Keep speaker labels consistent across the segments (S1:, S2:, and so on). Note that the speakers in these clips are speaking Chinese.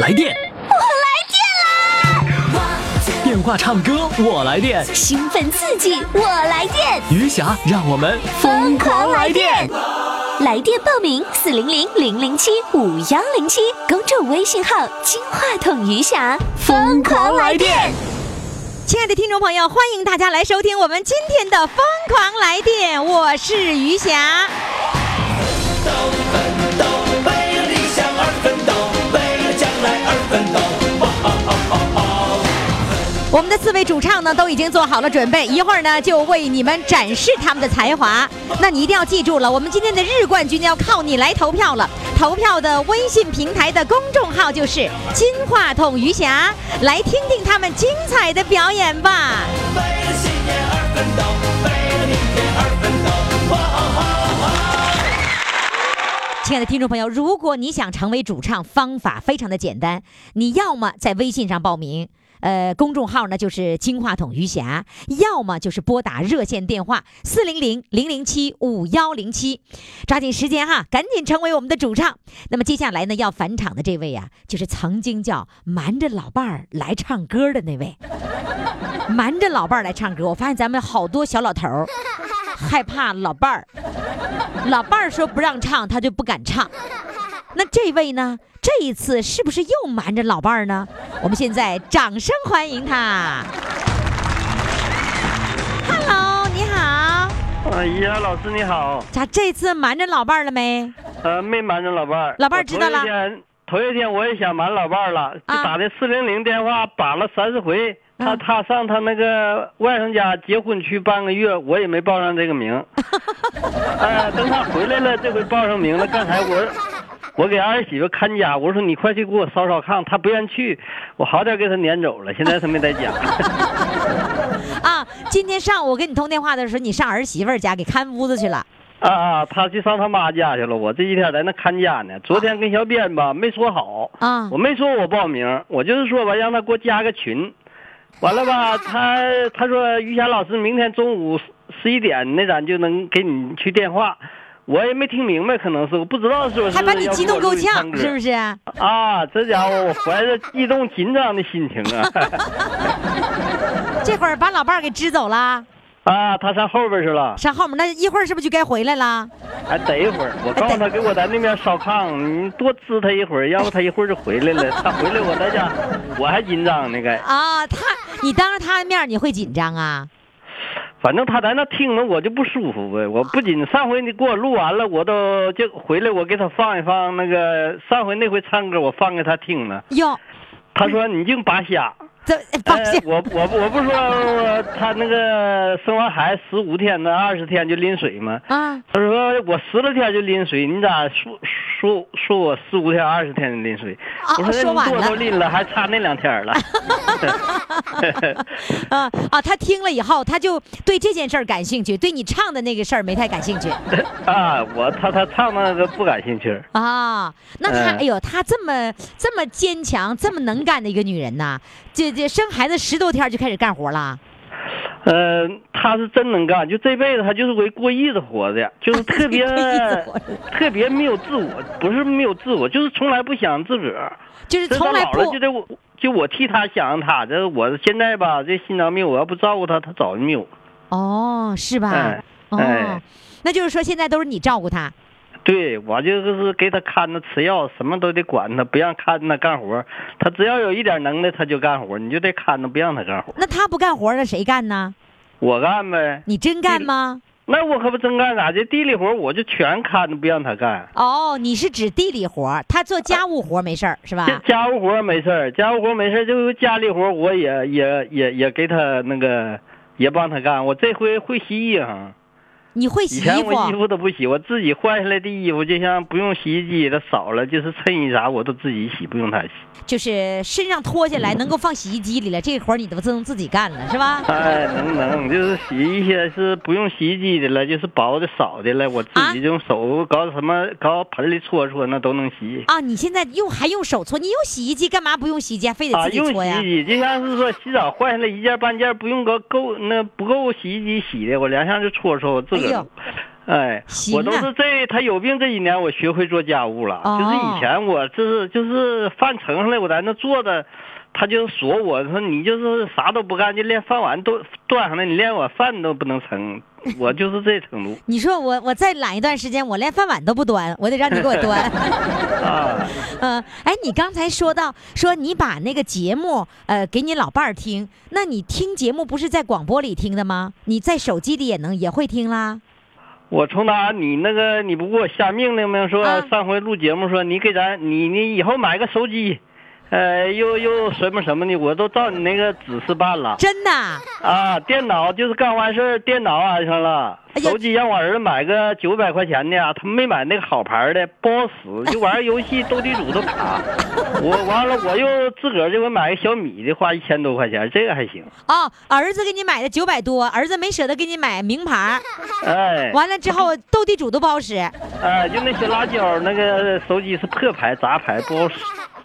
S1: 来电，电话唱歌我来电，
S2: 兴奋刺激，我来电，
S1: 余霞让我们
S2: 疯狂来电！来电报名：四零零零零七五幺零七，公众微信号“金话筒余霞”，疯狂来电！
S3: 亲爱的听众朋友，欢迎大家来收听我们今天的《疯狂来电》，我是余霞。
S4: 奋斗，为了理想而奋斗，为了将来而奋斗。
S3: 我们的四位主唱呢都已经做好了准备，一会儿呢就为你们展示他们的才华。那你一定要记住了，我们今天的日冠军要靠你来投票了。投票的微信平台的公众号就是“金话筒余霞”，来听听他们精彩的表演吧。
S4: 为了信念而奋斗，为了明天而奋斗。哇哦哦哦！
S3: 亲爱的听众朋友，如果你想成为主唱，方法非常的简单，你要么在微信上报名。呃，公众号呢就是金话筒余霞，要么就是拨打热线电话四零零零零七五幺零七，抓紧时间哈，赶紧成为我们的主唱。那么接下来呢要返场的这位啊，就是曾经叫瞒着老伴儿来唱歌的那位， 瞒着老伴儿来唱歌。我发现咱们好多小老头儿害怕老伴儿，老伴儿说不让唱，他就不敢唱。那这位呢？这一次是不是又瞒着老伴儿呢？我们现在掌声欢迎他。Hello，你好。
S5: 哎呀，老师你好，
S3: 咋这次瞒着老伴儿了没？
S5: 呃，没瞒着老伴儿，
S3: 老伴儿知道了
S5: 我头一天，头一天我也想瞒老伴儿了，就
S3: 啊
S5: 打的四零零电话打了三四回，他
S3: 嗯
S5: 他上他那个外甥家结婚去半个月，我也没报上这个 名。哎，等他回来了，这回报上名了。刚才我我给二媳妇看家，我说你快去给我烧烧炕，她不愿去，我好点给她撵走了，现在她没 在家。
S3: 啊，今天上午我跟你通电话的时候，你上儿媳妇儿家给看屋子去了。
S5: 啊，他去上他妈家去了，我这几天在那看家呢。昨天跟小编吧没说好
S3: 啊
S5: 我没说我报名，我就是说吧，让他给我加个群。完了 吧，他他说于霞老师明天中午十一点那咱就能给你去电话，我也没听明白，可能是我不知道是不是
S3: 还把你激动够呛，是不
S5: 是？
S3: 是？
S5: 啊，这家伙我怀着激动紧张的心情 啊！
S3: 这会儿把老伴儿给支走了，
S5: 啊，他上后边去了，
S3: 上后门，那一会儿是不是就该回来了？
S5: 还等一会儿，我告诉他给我在那边烧炕，你多支他一会儿，要不他一会儿就回来了。他回来我在家，我还紧张呢，该。
S3: 啊，他，你当着他的面儿你会紧张啊？
S5: 反正他在那听着我就不舒服呗。我不仅上回你给我录完了，我都就回来我给他放一放那个上回那回唱歌我放给他听了，
S3: 哟，
S5: 他说你净扒瞎。
S3: 这放
S5: 哎
S3: 心。
S5: 我我不我不说我他那个生完孩子十五天呢二十天就拎水吗？
S3: 啊，
S5: 他说我十来天就拎水，你咋说说说我十五天二十天就拎水？
S3: 啊
S5: 我
S3: 说
S5: 说那
S3: 晚
S5: 你
S3: 了
S5: 多都拎了，还差那两天 儿了。
S3: 啊啊！他听了以后，他就对这件事儿感兴趣，对你唱的那个事儿没太感兴趣
S5: 啊，我他他唱那个不感兴趣儿。
S3: 啊。那他，
S5: 嗯
S3: 哎呦，他这么这么坚强、这么能干的一个女人呐，这这生孩子十多天就开始干活了，
S5: 呃，他是真能干，就这辈子他就是为过日子 活的，就是特别
S3: 过日子活着
S5: 特别没有自我，不是没有自我，就是从来不想自个儿。
S3: 就是
S5: 这他
S3: 从来
S5: 老了
S3: 不
S5: 就得我，就我替他想他。这我现在吧，这心脏病，我要不照顾他，他早就没有。
S3: 哦，是吧
S5: 哎？
S3: 哦
S5: 哎，
S3: 那就是说现在都是你照顾他。
S5: 对我就是给他看着吃药，什么都得管他，不让看他干活。他只要有一点能耐，他就干活，你就得看着，不让他干活。
S3: 那他不干活了，谁干呢？
S5: 我干呗，
S3: 你真干吗？
S5: 那我可不真干啥？这地里活我就全看着，不让他干。
S3: 哦，你是指地里活儿，他做家务活儿没事儿是吧？
S5: 这家务活没事儿，家务活没事儿，就是家里活我也也也也给他那个也帮他干。我这回会洗衣裳，
S3: 你会洗
S5: 以
S3: 衣
S5: 前我衣
S3: 服？
S5: 服都不洗，我自己换下来的衣服就像不用洗衣机的少了，就是衬衣啥我都自己洗，不用他洗。
S3: 就是身上脱下来能够放洗衣机里了，这个活儿你都自动自己干了是吧？
S5: 哎，能能，就是洗一些是不用洗衣机的了，就是薄的少的了，我自
S3: 啊
S5: 己就用手搞什么搞盆里搓搓，那都能洗。
S3: 啊，你现在用还用手搓？你用洗衣机干嘛不用洗衣机，还非得
S5: 啊，
S3: 自己
S5: 用
S3: 搓呀？
S5: 洗衣机就像是说洗澡换下来一件半件，不用够够那不够洗衣机洗的，我两下就搓搓我自
S3: 哎
S5: 个
S3: 呦
S5: 儿。哎，
S3: 行啊
S5: 我都是这他有病这几年，我学会做家务了。
S3: 哦
S5: 就是以前我就是就是饭盛上来，我在那坐着，他就说我说你就是啥都不干，就连饭碗都端上来，你连我饭都不能盛。我就是这程度
S3: 你说我我再懒一段时间，我连饭碗都不端，我得让你给我端。
S5: 啊。
S3: 嗯，哎，你刚才说到说你把那个节目呃给你老伴儿听，那你听节目不是在广播里听的吗？你在手机里也能也会听啦？
S5: 我从他你那个你不给我下命令没？说、
S3: 啊
S5: 上回录节目说你给咱你你以后买个手机，呃又又什么什么的，我都照你那个指示办了。
S3: 真的啊？
S5: 啊，电脑就是干完事儿，电脑安上了，
S3: 哎呀
S5: 手机让我儿子买个九百块钱的啊，他没买那个好牌的，不好使，就玩游 戏斗地主都卡。我完了，我又自个儿就给我买个小米的，花一千多块钱，这个还行。
S3: 哦，儿子给你买的九百多，儿子没舍得给你买名牌儿，
S5: 哎，
S3: 完了之后斗地主都不好使。
S5: 哎，就那些辣椒，那个手机是破牌、杂牌，不好使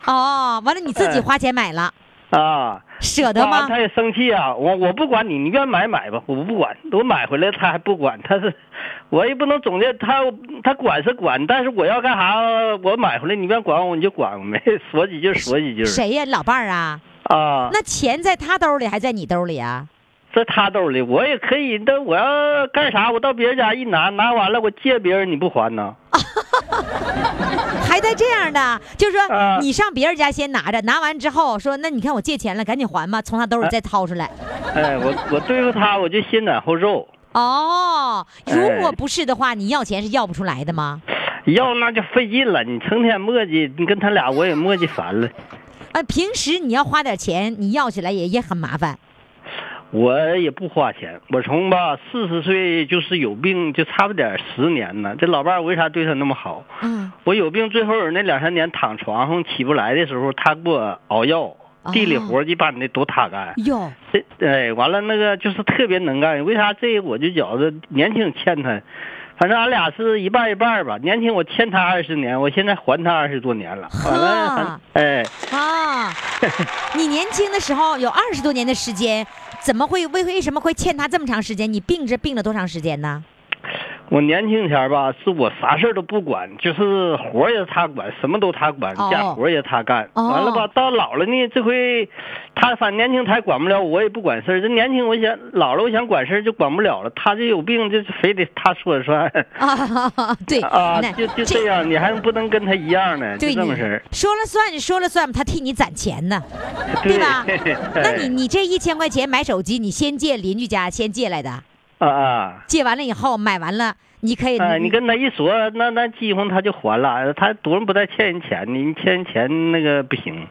S3: 哦，完了你自己
S5: 哎
S3: 花钱买了，
S5: 啊。
S3: 舍得
S5: 完
S3: 吗
S5: 了？他也生气啊，我我不管你，你愿买买吧，我不管，我买回来他还不管，他是，我也不能总结他他管是管，但是我要干啥，我买回来你愿管我你就管我，没说几句说几句
S3: 谁呀？老伴儿啊？
S5: 啊。
S3: 那钱在他兜里还在你兜里啊？
S5: 在他兜里，我也可以，但我要干啥，我到别人家一拿，拿完了我借别人你不还呢？
S3: 还带这样的，就是说、
S5: 啊
S3: 你上别人家先拿着，拿完之后说，那你看我借钱了，赶紧还吧，从他
S5: 啊
S3: 兜里再掏出来。
S5: 哎，我我对付他我就先斩后奏，
S3: 哦，
S5: 哎
S3: 如果不是的话，你要钱是要不出来的吗？
S5: 要那就费劲了，你成天磨叽，你跟他俩我也磨叽烦了。
S3: 啊，平时你要花点钱，你要起来也也很麻烦。
S5: 我也不花钱，我从吧四十岁就是有病，就差不点十年呢。这老伴儿为啥对他那么好？
S3: 嗯，
S5: 我有病最后有那两三年躺床上起不来的时候，他给我熬药，地里活儿就把你的都他干。
S3: 哟，
S5: 这哎，完了那个就是特别能干，为啥这我就觉着年轻欠他，反正俺俩是一半一半吧。年轻我欠他二十年，我现在还他二十多年了。完了，反哎，
S3: 啊，你年轻的时候有二十多年的时间，怎么会为为什么会欠他这么长时间？你病着病了多长时间呢？
S5: 我年轻前儿吧，是我啥事儿都不管，就是活儿也他管，什么都他管，
S3: 哦
S5: 家活儿也他干。
S3: 哦
S5: 完了吧，到老了呢，这回他反正年轻他也管不了，我也不管事儿。这年轻我想老了，我想管事儿就管不了了。他这有病，就是非得他说了 算
S3: 啊，对
S5: 啊
S3: 那，
S5: 就就这样，你还不能跟他一样呢，就
S3: 对
S5: 这
S3: 你
S5: 么事儿，
S3: 说了算，说了算，他替你攒钱呢。 对
S5: 对
S3: 吧那你
S5: 哎
S3: 你这一千块钱买手机，你先借邻居家先借来的，
S5: 啊啊。
S3: 借完了以后买完了，你可以、
S5: 啊、你跟他一说，那那饥荒他就还了，他多人不带欠人钱，你欠人钱那个不行。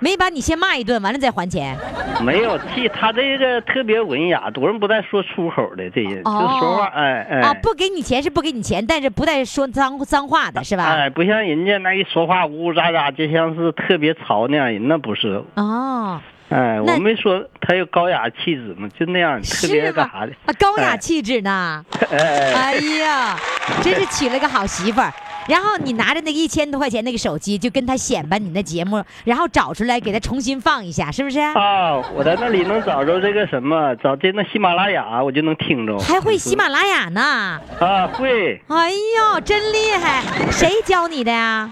S3: 没把你先骂一顿，完了再还钱。
S5: 没有气，他这个特别文雅，多人不带说出口的，这人、
S3: 哦
S5: 就说话，哎哎。
S3: 啊，不给你钱是不给你钱，但是不带说脏脏话的是吧？
S5: 哎，不像人家那一说话呜呜喳喳，就像是特别潮那样人，那不是。
S3: 哦，
S5: 哎，
S3: 那
S5: 我没说他有高雅气质嘛，就那样，特别
S3: 是吗
S5: 干啥的。
S3: 啊，高雅
S5: 哎
S3: 气质呢。
S5: 哎，
S3: 哎呀，真是娶了个好媳妇儿。然后你拿着那个一千多块钱那个手机，就跟他显摆你那节目，然后找出来给他重新放一下，是不是？
S5: 啊，我在那里能找着这个什么，找这那喜马拉雅，我就能听着。
S3: 还会喜马拉雅呢。
S5: 啊，会
S3: 哎呦，真厉害！谁教你的呀？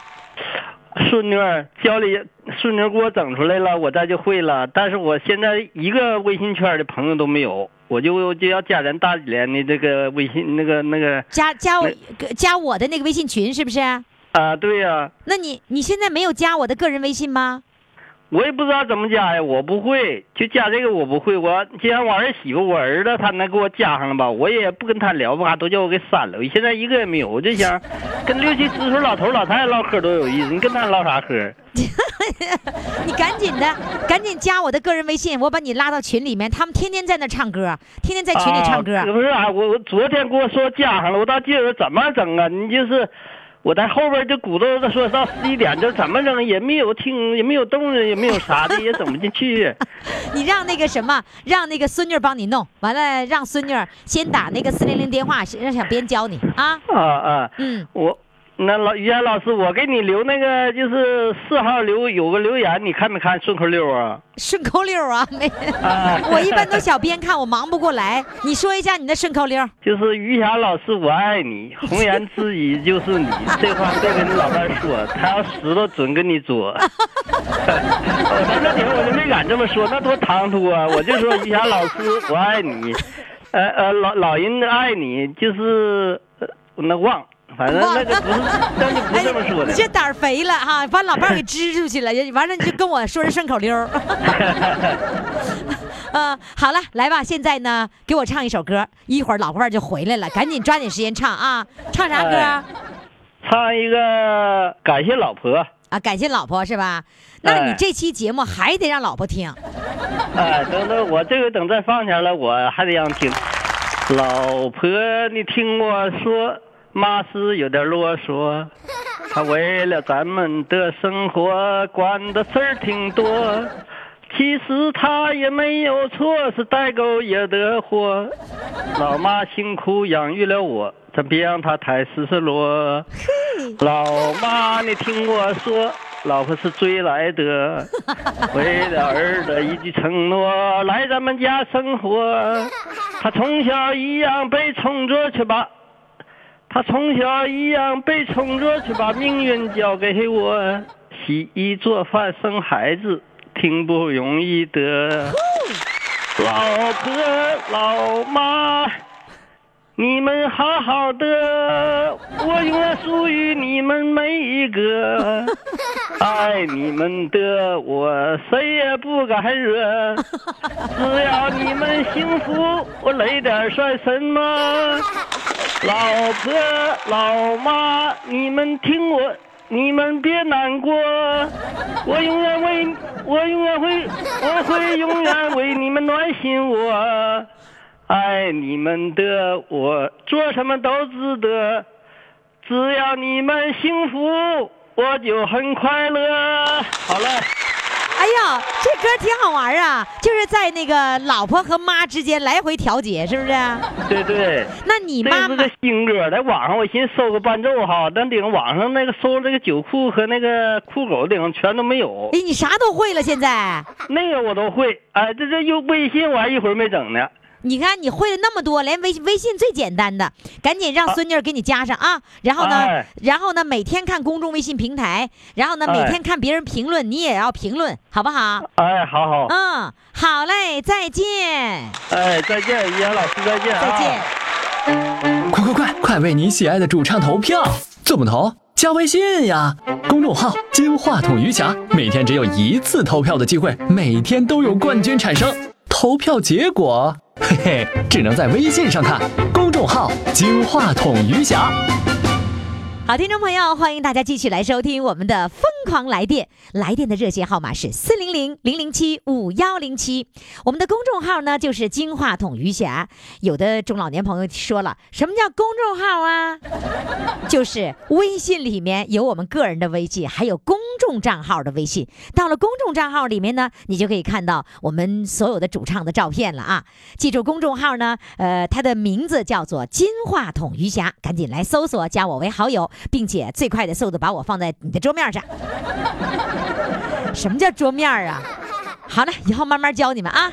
S5: 孙女儿教里孙女儿给我整出来了，我再就会了。但是我现在一个微信圈的朋友都没有，我就就要加咱大连的这个微信那个那个
S3: 加加我
S5: 没
S3: 加我的那个微信群是不是？
S5: 啊，对呀、
S3: 那你你现在没有加我的个人微信吗？
S5: 我也不知道怎么加呀，我不会，就加这个我不会。我既然我儿媳妇、我儿子他能给我加上了吧，我也不跟他聊吧，都叫我给删了。我现在一个也没有，我就想跟六七十岁老头老太太唠嗑多有意思，你跟他唠啥嗑？
S3: 你赶紧的，赶紧加我的个人微信，我把你拉到群里面。他们天天在那唱歌，天天在群里唱歌。
S5: 啊、不是啊，我我昨天跟我说加上了，我到今儿怎么整啊？你就是我在后边就鼓捣着说到十一点，这怎么整也没有听，也没有动静，也没有啥的，也整不进 去。
S3: 你让那个什么，让那个孙女儿帮你弄，完了让孙女儿先打那个四零零电话，让小编教你啊。
S5: 啊啊，
S3: 嗯，
S5: 我。那老于啊岩老师，我给你留那个就是四号留有个留言，你看没看？顺口溜啊？
S3: 顺口溜啊， 没，
S5: 啊
S3: 我一般都小编看，我忙不过来。你说一下你的顺口溜。
S5: 就是于霞老师，我爱你，红颜知己就是你。这话别跟你老伴说，他要死了准跟你作。我在那顶我就没敢这么说，那多唐突啊！我就说于霞老师，我爱你。呃呃，老老人爱你就是呃那忘，反正那个不是，但是不是这么说
S3: 哎你
S5: 的。
S3: 这胆儿肥了哈，把老伴儿给支出去了，完了你就跟我说是顺口溜儿。 呃，好了，来吧，现在呢，给我唱一首歌，一会儿老伴儿就回来了，赶紧抓紧时间唱啊！唱啥歌啊？
S5: 唱一个感谢老婆，
S3: 啊，感谢老婆是吧？那你
S5: 哎
S3: 这期节目还得让老婆听。
S5: 哎，等等，我这个等再放下了，我还得让听。老婆，你听我说，妈是有点啰嗦，她为了咱们的生活管的事儿挺多。其实她也没有错，是代沟惹的祸。老妈辛苦养育了我，咱别让她太失落。老妈，你听我说，老婆是追来的， 为了儿的一句承诺来咱们家生活。她从小一样被宠着，却把她从小一样被宠着，却把命运交给我。洗衣做饭生孩子，挺不容易的。老婆老妈，你们好好的，我永远属于你们每一个。爱你们的我谁也不敢惹，只要你们幸福，我累点儿算什么？老婆老妈，你们听我，你们别难过，我永远为，我永远会，我会永远为你们暖心我。爱你们的我，做什么都值得，只要你们幸福，我就很快乐。好了，
S3: 哎呀，这歌挺好玩啊，就是在那个老婆和妈之间来回调节，是不 是？
S5: 对对。
S3: 那你
S5: 这
S3: 妈
S5: 是
S3: 妈
S5: 个新歌，在网上我寻思搜个伴奏哈，但顶网上那个搜这个酒库和那个酷狗顶上全都没有，
S3: 哎，你啥都会了，现在
S5: 那个我都会。哎，这这又微信我还一会儿没整呢。
S3: 你看你会了那么多，连微微信最简单的，赶紧让孙女儿给你加上啊。然后呢，
S5: 哎
S3: 然后呢，每天看公众微信平台，然后呢，每
S5: 哎
S3: 天看别人评论，你也要评论，好不好？
S5: 哎，好好，
S3: 嗯，好嘞，再见，
S5: 哎，再见，于岩老师，再见、啊
S3: 再见。。
S1: 快快快，快为你喜爱的主唱投票！怎么投？加微信呀，公众号“金话筒余霞”，每天只有一次投票的机会，每天都有冠军产生。投票结果，嘿嘿，只能在微信上看。公众号“金话筒余霞”。
S3: 好，听众朋友，欢迎大家继续来收听我们的《疯狂来电》，来电的热线号码是四零零零零七五幺零七，我们的公众号呢就是“金话筒余霞”。有的中老年朋友说了，什么叫公众号啊？ 就是微信里面有我们个人的微信，还有公众账号的微信。到了公众账号里面呢，你就可以看到我们所有的主唱的照片了啊！记住公众号呢，呃，它的名字叫做“金话筒余霞”，赶紧来搜索，加我为好友，并且最快的速度把我放在你的桌面上。 什么叫桌面啊？好了，以后慢慢教你们啊。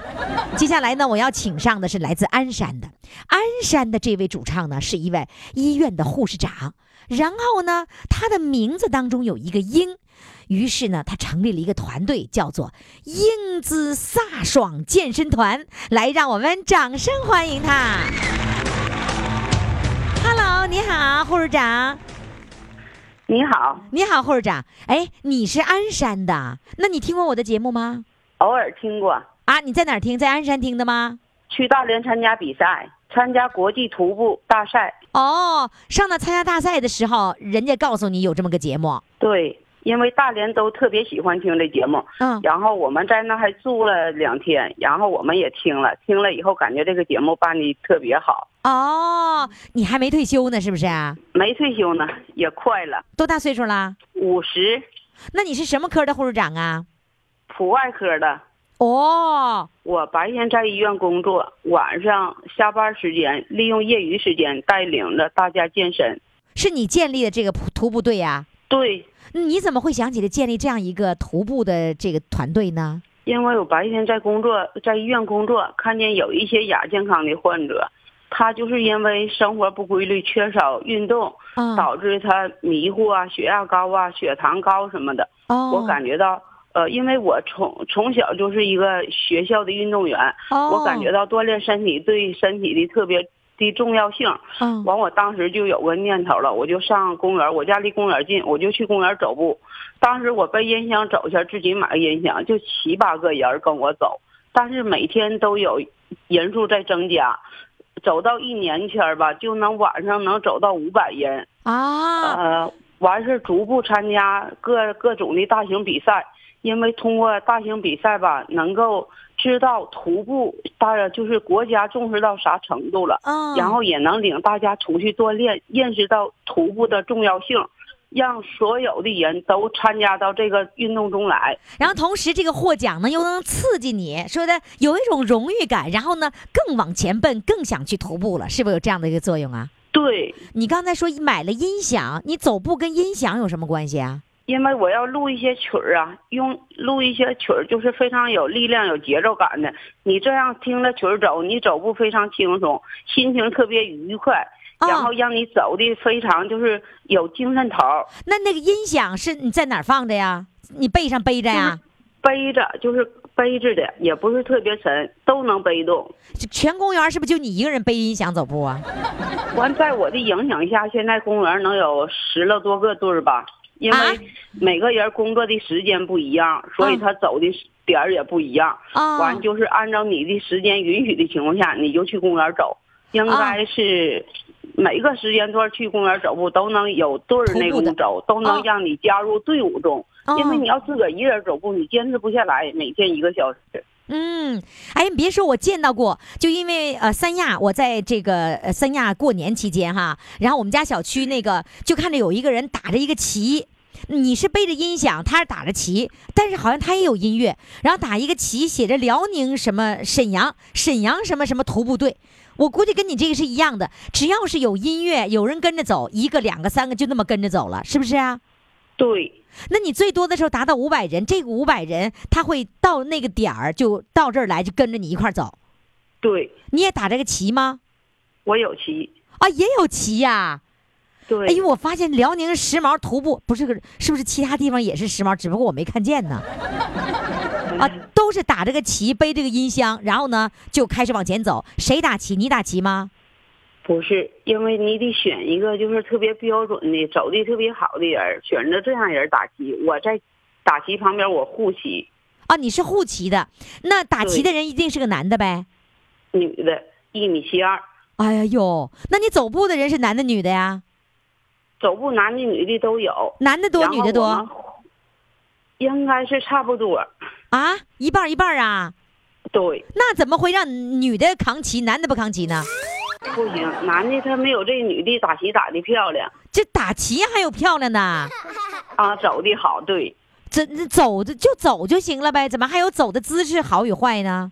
S3: 接下来呢，我要请上的是来自鞍山的，鞍山的这位主唱呢，是一位医院的护士长。然后呢，他的名字当中有一个“英”，于是呢，他成立了一个团队，叫做“英姿飒爽健身团”。来，让我们掌声欢迎他。Hello，你好，护士长。
S6: 你好，
S3: 你好，护士长。哎，你是鞍山的，那你听过我的节目吗？
S6: 偶尔听过，
S3: 啊，你在哪儿听？在鞍山听的吗？
S6: 去大连参加比赛，参加国际徒步大赛。
S3: 哦，上那参加大赛的时候，人家告诉你有这么个节目。
S6: 对，因为大连都特别喜欢听这节目，
S3: 嗯，
S6: 然后我们在那还住了两天，然后我们也听了，听了以后感觉这个节目办的特别好。
S3: 哦，你还没退休呢，是不是？
S6: 没退休呢，也快了，
S3: 多大岁数啦？
S6: 五十，
S3: 那你是什么科的护士长啊？
S6: 普外科的。
S3: 哦，
S6: 我白天在医院工作，晚上下班时间利用业余时间带领着大家健身。
S3: 是你建立的这个徒步队啊呀、
S6: 对，
S3: 嗯你怎么会想起来建立这样一个徒步的这个团队呢？
S6: 因为我白天在工作，在医院工作，看见有一些亚健康的患者，他就是因为生活不规律、缺少运动，
S3: 啊、
S6: 导致他迷糊啊、血压高啊、血糖高什么的。
S3: 哦，
S6: 我感觉到，呃，因为我从从小就是一个学校的运动员，
S3: 哦，
S6: 我感觉到锻炼身体对身体的特别的重要性。
S3: 嗯，
S6: 完，我当时就有个念头了，我就上公园，我家离公园近，我就去公园走步。当时我背音响走一下，自己买个音响，就七八个人跟我走，但是每天都有人数在增加，走到一年前儿吧，就能晚上能走到五百人。
S3: 啊，
S6: 呃，完事儿逐步参加各各种的大型比赛，因为通过大型比赛吧，能够知道徒步大家就是国家重视到啥程度了，
S3: 嗯，
S6: 然后也能领大家出去锻炼，认识到徒步的重要性，让所有的人都参加到这个运动中来。
S3: 然后同时这个获奖呢又能刺激你，说的有一种荣誉感，然后呢更往前奔，更想去徒步了，是不是有这样的一个作用啊？
S6: 对，
S3: 你刚才说买了音响，你走步跟音响有什么关系啊？
S6: 因为我要录一些曲儿啊，用录一些曲儿就是非常有力量、有节奏感的。你这样听着曲儿走，你走步非常轻松，心情特别愉快，
S3: 啊
S6: 然后让你走的非常就是有精神头儿。
S3: 那那个音响是你在哪儿放着呀？你背上背着呀？
S6: 背着就是背着的，也不是特别沉，都能背动。
S3: 这全公园是不是就你一个人背音响走步啊？
S6: 完，在我的影响下，现在公园能有十了多个队儿吧，因为
S3: 啊
S6: 每个人工作的时间不一样，所以
S3: 嗯
S6: 他走的点儿也不一样。
S3: 啊，
S6: 完就是按照你的时间允许的情况下，你就去公园走，应
S3: 啊
S6: 该是每个时间段去公园走步都能有队儿那
S3: 徒步的啊
S6: 种走，都能
S3: 哦
S6: 让你加入队伍中。因为你要自个儿一个人走步，你坚持不下来，每天一个小时。
S3: 嗯，哎，你别说，我见到过，就因为呃三亚，我在这个呃三亚过年期间哈，然后我们家小区那个就看着有一个人打着一个旗。你是背着音响，他是打着旗，但是好像他也有音乐，然后打一个旗，写着辽宁什么沈阳，沈阳什么什么徒步队，我估计跟你这个是一样的，只要是有音乐，有人跟着走，一个、两个、三个就那么跟着走了，是不是啊？
S6: 对，
S3: 那你最多的时候达到五百人，这个五百人他会到那个点儿就到这儿来，就跟着你一块儿走。
S6: 对
S3: 你也打这个旗吗？
S6: 我有骑，
S3: 啊，也有旗呀、
S6: 对，
S3: 哎呦，我发现辽宁时髦徒步不是个，是不是其他地方也是时髦，只不过我没看见呢。
S6: 嗯
S3: 啊，都是打这个旗，背这个音箱，然后呢就开始往前走。谁打旗？你打旗吗？
S6: 不是，因为你得选一个就是特别标准的、走的特别好的人，选择这样人打旗。我在打旗旁边，我护旗，
S3: 啊，你是护旗的，那打旗的
S6: 对
S3: 人一定是个男的呗？
S6: 女的，一米七二。
S3: 哎呀呦，那你走步的人是男的女的呀？
S6: 走步男的女的都有，
S3: 男的多，
S6: 然后
S3: 女的
S6: 我
S3: 多
S6: 们应该是差不多。
S3: 啊？一半儿一半儿啊？
S6: 对，
S3: 那怎么会让女的扛旗，男的不扛旗呢？
S6: 不行，男的他没有这女的打旗打的漂亮
S3: 这打旗还有漂亮的，
S6: 啊，走的好。对，
S3: 这这走的就走就行了呗，怎么还有走的姿势好与坏呢？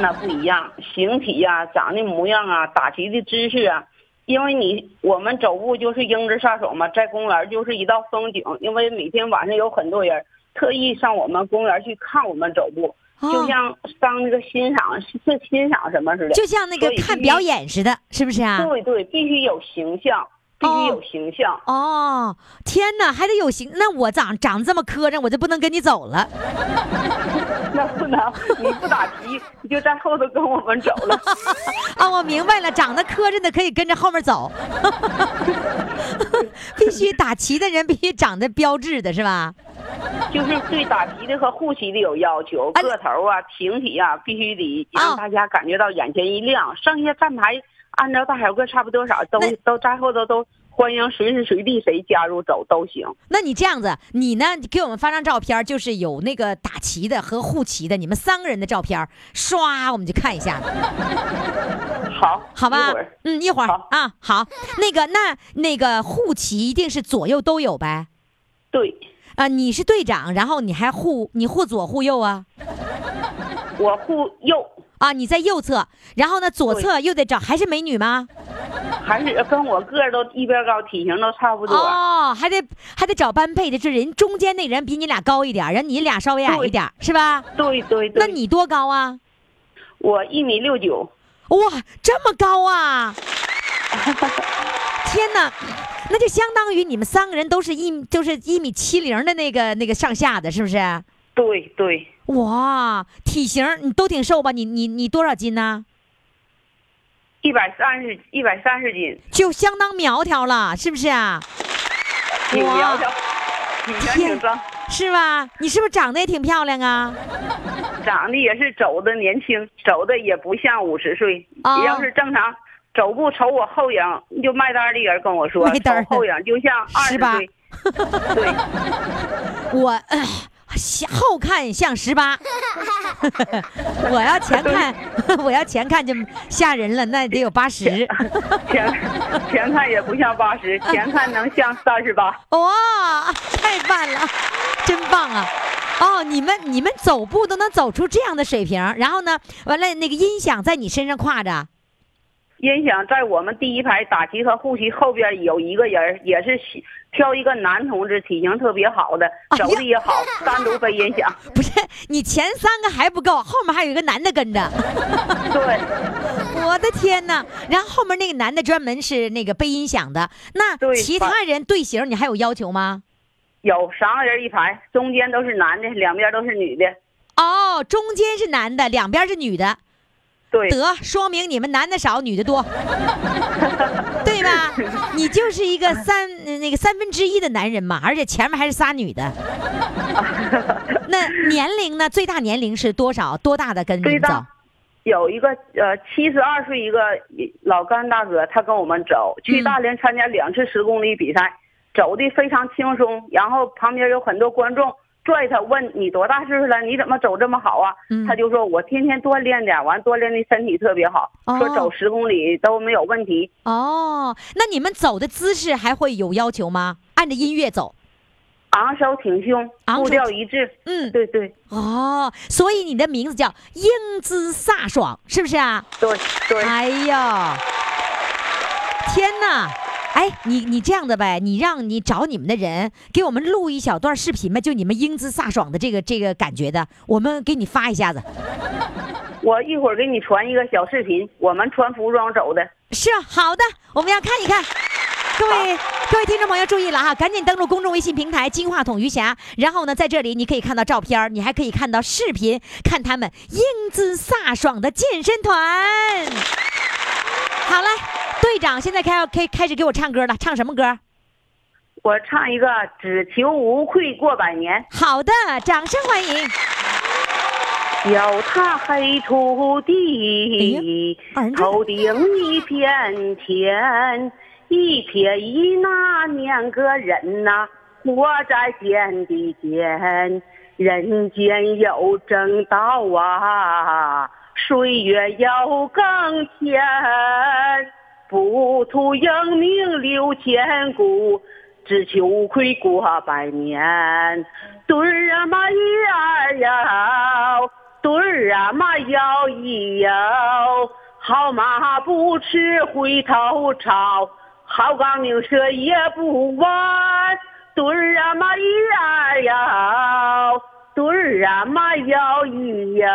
S6: 那不一样，形体呀、长的模样啊，打旗的姿势啊。因为你我们走步就是英姿飒爽嘛，在公园就是一道风景。因为每天晚上有很多人特意上我们公园去看我们走步，
S3: 哦
S6: 就像上那个欣赏是是欣赏什么似的。
S3: 就像那个
S6: 所以
S3: 看
S6: 必须
S3: 表演似的，是不是啊？
S6: 对对，必须有形象，必须有形象。
S3: 哦，天哪，还得有形。那我长长这么磕碜，我就不能跟你走了。
S6: 那不能，你 不打旗，你就在后头跟我们走了。
S3: 啊，我明白了，长得磕碜的可以跟着后面走， 必须打旗的人必须长得标致的是吧？
S6: 就是对打旗的和护旗的有要求，
S3: 啊
S6: 个头啊、形体啊，必须得
S3: 啊
S6: 让大家感觉到眼前一亮。剩下站牌按照大小个差不多少，都
S3: 那
S6: 都在后头都欢迎随时随地谁加入走都行。
S3: 那你这样子，你呢给我们发张照片儿，就是有那个打旗的和护旗的，你们三个人的照片儿，唰我们就看一下，
S6: 好，
S3: 好吧
S6: 一会儿？
S3: 嗯，一会儿
S6: 好
S3: 啊，好，那个那那个护旗一定是左右都有呗？
S6: 对，
S3: 啊、你是队长，然后你还护你护左护右啊？
S6: 我护右
S3: 啊，你在右侧，然后呢左
S6: 对
S3: 侧又得找，还是美女吗？
S6: 韩纸跟我个儿都一边高，体型都差不多。
S3: 哦，还得还得找般配的，就是人中间那人比你俩高一点儿，然后你俩稍微矮一点儿，是吧？
S6: 对对对，
S3: 那你多高啊？
S6: 我一米六九，
S3: 哇，这么高啊！天哪，那就相当于你们三个人都是一就是一米七零的那个那个上下的，是不是？
S6: 对对，
S3: 哇，体型儿你都挺瘦吧？你你你多少斤呢？
S6: 一百三十一百三十斤，
S3: 就相当苗条了，是不是啊？
S6: 挺
S3: 哇
S6: 苗条，体型挺壮，
S3: 是吧？你是不是长得也挺漂亮啊？
S6: 长得也是走的年轻，走的也不像五十岁。
S3: 啊
S6: 要是正常走步瞅我后影，就卖单儿的人跟我说，
S3: 卖单儿
S6: 瞅后影就像二十
S3: 是吧
S6: 岁。对，
S3: 我、呃、向后看像十八， 我要前看， 我要前看就吓人了，那得有八十。
S6: 前前看也不像八十，前看能像三十八。
S3: 哇，太棒了，真棒啊！哦，你们你们走步都能走出这样的水平，然后呢，完了那个音响在你身上挎着，
S6: 音响在我们第一排打击和护膝后边有一个人儿，也是喜挑一个男同志，体型特别好的，
S3: 哎
S6: 走的也好，单独背音响。
S3: 不是你前三个还不够，后面还有一个男的跟着，
S6: 对，
S3: 我的天哪！然后后面那个男的专门是那个背音响的，那
S6: 对
S3: 其他人队形你还有要求吗？
S6: 有三个人一排，中间都是男的，两边都是女的。
S3: 哦，中间是男的，两边是女的，
S6: 对，
S3: 得说明你们男的少，女的多， 对吧？你就是一个三呃那个三分之一的男人嘛，而且前面还是仨女 的。那年龄呢？最大年龄是多少？多大的跟你
S6: 最
S3: 们走
S6: 大？有一个呃七十二岁一个老干大哥，他跟我们走去
S3: 嗯
S6: 大连参加两次十公里比赛，走的非常轻松，然后旁边有很多观众。拽他问你多大岁数了？你怎么走这么好啊？
S3: 嗯
S6: 他就说我天天锻炼的，完锻炼的身体特别好，
S3: 哦
S6: 说走十公里都没有问题。
S3: 哦，那你们走的姿势还会有要求吗？按着音乐走。
S6: 昂首挺胸，
S3: 昂首
S6: 步调一致。
S3: 嗯，
S6: 对对
S3: 哦，所以你的名字叫英姿飒爽，是不是啊？
S6: 对对，
S3: 哎呀，天哪！哎，你你这样的呗，你让你找你们的人给我们录一小段视频吧，就你们英姿飒爽的这个这个感觉的，我们给你发一下子。
S6: 我一会儿给你传一个小视频，我们穿服装走的。
S3: 是啊好的，我们要看一看。各位各位听众朋友注意了哈，赶紧登录公众微信平台“金话筒余霞”，然后呢，在这里你可以看到照片儿，你还可以看到视频，看他们英姿飒爽的健身团。好了，队长现在开要开开始给我唱歌了，唱什么歌？
S6: 我唱一个《只求无愧过百年》。
S3: 好的，掌声欢迎。
S6: 脚踏黑土地
S3: 哎呀儿，子
S6: 头顶一片田，一撇一捺两个人呐、活在天地间。人间有正道啊，岁月有更迁，不图英名留千古。只求愧过百年，对儿啊嘛摇摇，对儿啊嘛摇一摇，好马不吃回头草，好钢拧车也不弯，对儿啊嘛摇摇，对儿啊嘛摇一摇，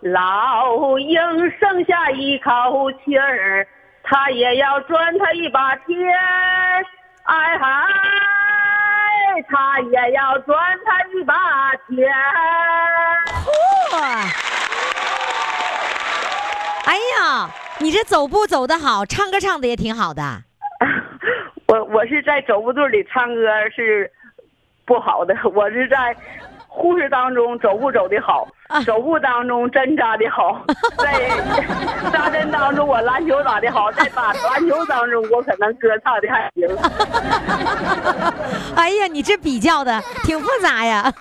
S6: 老鹰剩下一口气儿，它也要赚它一把天。哎嗨，他也要赚他一把钱。
S3: 哇！哎呀，你这走步走得好，唱歌唱的也挺好的。
S6: 我我是在走步队里唱歌是不好的， 我是在护士当中走步走的好，走步当中针扎的好，在扎针当中我篮球打的好，在打篮球当中我可能歌唱的还行。
S3: 哎呀，你这比较的挺复杂呀。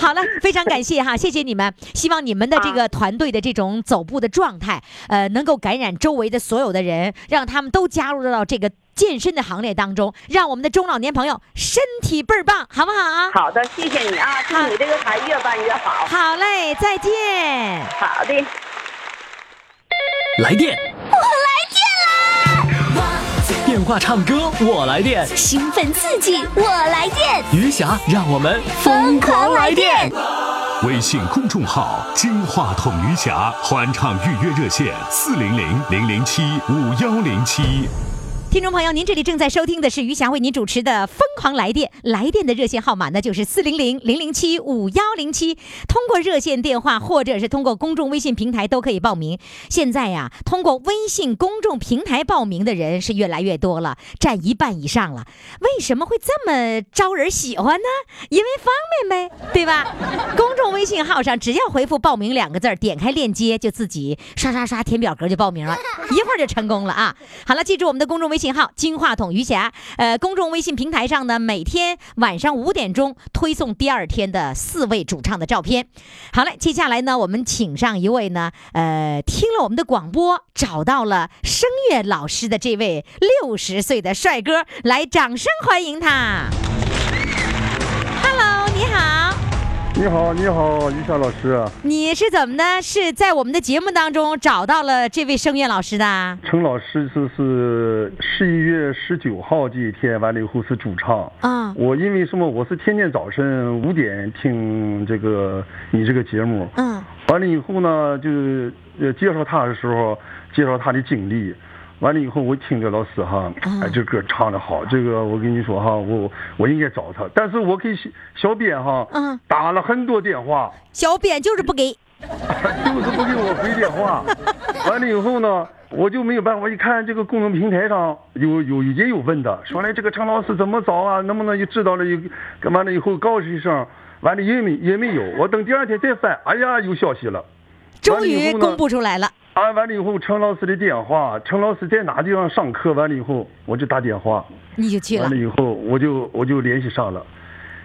S3: 好了，非常感谢哈，谢谢你们，希望你们的这个团队的这种走步的状态，呃，能够感染周围的所有的人，让他们都加入到这个健身的行列当中，让我们的中老年朋友身体倍儿棒，好不好啊？
S6: 好的，谢谢你啊，祝你这个台越办越好。
S3: 好嘞，再见。
S6: 好的。
S1: 来电，
S2: 来电
S1: 电话唱歌我来电，
S2: 兴奋刺激，我来电，
S1: 余霞让我们
S2: 疯狂来电！
S7: 微信公众号“金话筒余霞”欢唱预约热线：四零零零零七五幺零七。
S3: 听众朋友，您这里正在收听的是余霞为您主持的《疯狂来电》，来电的热线号码呢就是四零零零零七五幺零七，通过热线电话或者是通过公众微信平台都可以报名。现在呀，通过微信公众平台报名的人是越来越多了，占一半以上了。为什么会这么招人喜欢呢？因为方便呗，对吧？公众微信号上只要回复“报名”两个字儿，点开链接就自己刷刷刷填表格就报名了，一会儿就成功了啊！好了，记住我们的公众微信号“金话筒余霞”。呃，公众微信平台上呢，每天晚上五点钟推送第二天的四位主唱的照片。好嘞，接下来呢，我们请上一位呢，呃，听了我们的广播找到了声乐老师的这位六十岁的帅哥，来，掌声欢迎他。Hello，你好。
S8: 你好，你好，于霞老师，
S3: 你是怎么的？是在我们的节目当中找到了这位声乐老师的？
S8: 程老师是是十一月十九号这一天完了以后是主唱
S3: 啊
S8: 我因为什么？我是天天早晨五点听这个你这个节目，
S3: 嗯，
S8: 完了以后呢，就呃介绍他的时候介绍他的经历。完了以后，我听着老师哈，哎，这歌唱的好，这个我跟你说哈，我我应该找他，但是我给小小编哈，
S3: 嗯
S8: 打了很多电话，
S3: 小编就是不给。
S8: 哎就是不给我回 电话。完了以后呢，我就没有办法，一看这个公众平台上有有也有问的，说来这个陈老师怎么找啊？能不能就知道了？有完了以后告诉一声，完了也没也没有。我等第二天再翻，哎呀，有消息了。
S3: 终于公
S8: 完了以后呢
S3: 布出来了。
S8: 啊，完了以后，陈老师的电话，陈老师在哪地方上课？完了以后，我就打电话。
S3: 你就去了
S8: 完了。以后，我就我就联系上了，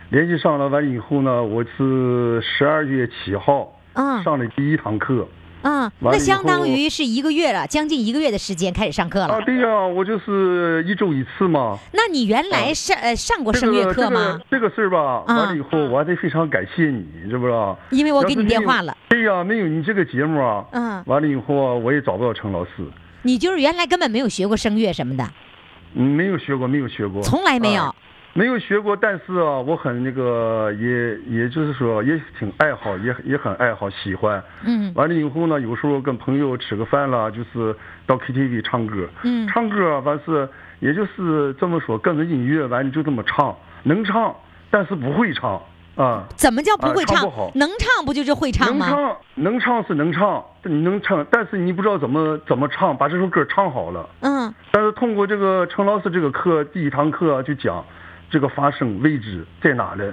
S8: 联系上了。完了以后呢，我是十二月七号
S3: 嗯
S8: 上了第一堂课。
S3: 嗯，那
S8: 完了以后
S3: 相当于是一个月了，将近一个月的时间开始上课了。
S8: 啊，对呀、我就是一周一次嘛。
S3: 那你原来上、呃上过声乐课吗？
S8: 啊这个这个事儿吧，
S3: 啊
S8: 完了以后我还得非常感谢你，知不知道？
S3: 因为我给你电话了
S8: 要是没有。对呀、没有你这个节目啊，
S3: 嗯
S8: 完了以后啊，我也找不到陈老师，
S3: 你就是原来根本没有学过声乐什么的，
S8: 嗯没有学过，没有学过，
S3: 从来没有。
S8: 啊没有学过，但是啊，我很那个，也也就是说，也挺爱好，也也很爱好，喜欢。
S3: 嗯
S8: 完了以后呢，有时候跟朋友吃个饭啦，就是到 KTV 唱歌。
S3: 嗯
S8: 唱歌啊完是，也就是这么说，跟着音乐完你就这么唱，能唱，但是不会唱啊。
S3: 怎么叫不会
S8: 啊
S3: 唱？
S8: 唱不好
S3: 能唱不就是会唱
S8: 能
S3: 吗？
S8: 唱，能唱是能唱，你能唱，但是你不知道怎么怎么唱，把这首歌唱好了。
S3: 嗯，
S8: 但是通过这个程老师这个课，第一堂课啊就讲这个发声位置在哪呢？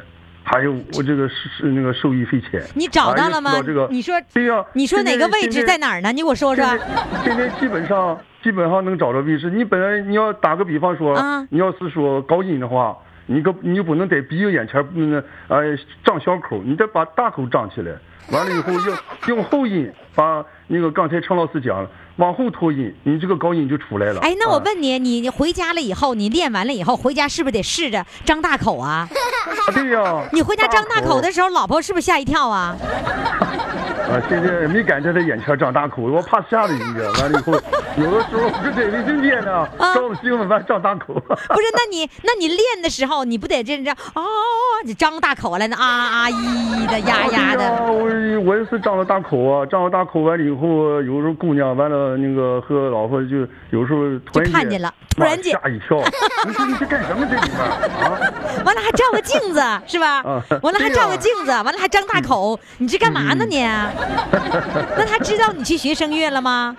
S8: 还有我这个是是那个受益匪浅。
S3: 你找到了吗？
S8: 啊也知道这个啊
S3: 你说
S8: 对呀、
S3: 你说哪个位置在哪
S8: 儿？
S3: 儿呢？你给我说
S8: 现
S3: 说。
S8: 在现在基本上基本上能找着位置。你本来你要打个比方说，
S3: 啊
S8: 你要是说高音的话，你个你就不能在鼻子眼前嗯呃张小口，你得把大口张起来。完了以后用用后音把那个刚才程老师讲了，往后拖音，你这个高音就出来了。
S3: 哎，那
S8: 啊
S3: 我问你，你你回家了以后，你练完了以后，回家是不是得试着张大口啊？
S8: 啊对呀、
S3: 你回家张大口的时候，老婆是不是吓一跳啊？
S8: 啊，现在没敢在他眼前张大口，我怕吓着人家。完了以后，有的时候我就在卫生间呢，
S3: 啊
S8: 照着镜子完张大 口。
S3: 不是，那你那你练的时候，你不得这这哦，你张大口来呢啊啊咿咿的呀呀
S8: 对
S3: 的，
S8: 哎呀我我也是张了大口啊，张了大口完了以后，有时候姑娘完了那个和老婆就有时候突
S3: 就
S8: 然间
S3: 看见了突然间
S8: 妈吓一 跳，你说你这干什么这里面啊？
S3: 完了还照个镜子是吧
S8: 啊？
S3: 完了还
S8: 对呀
S3: 照个镜子，完了还张大口，你这干嘛呢你？啊 那他知道你去学声乐了吗？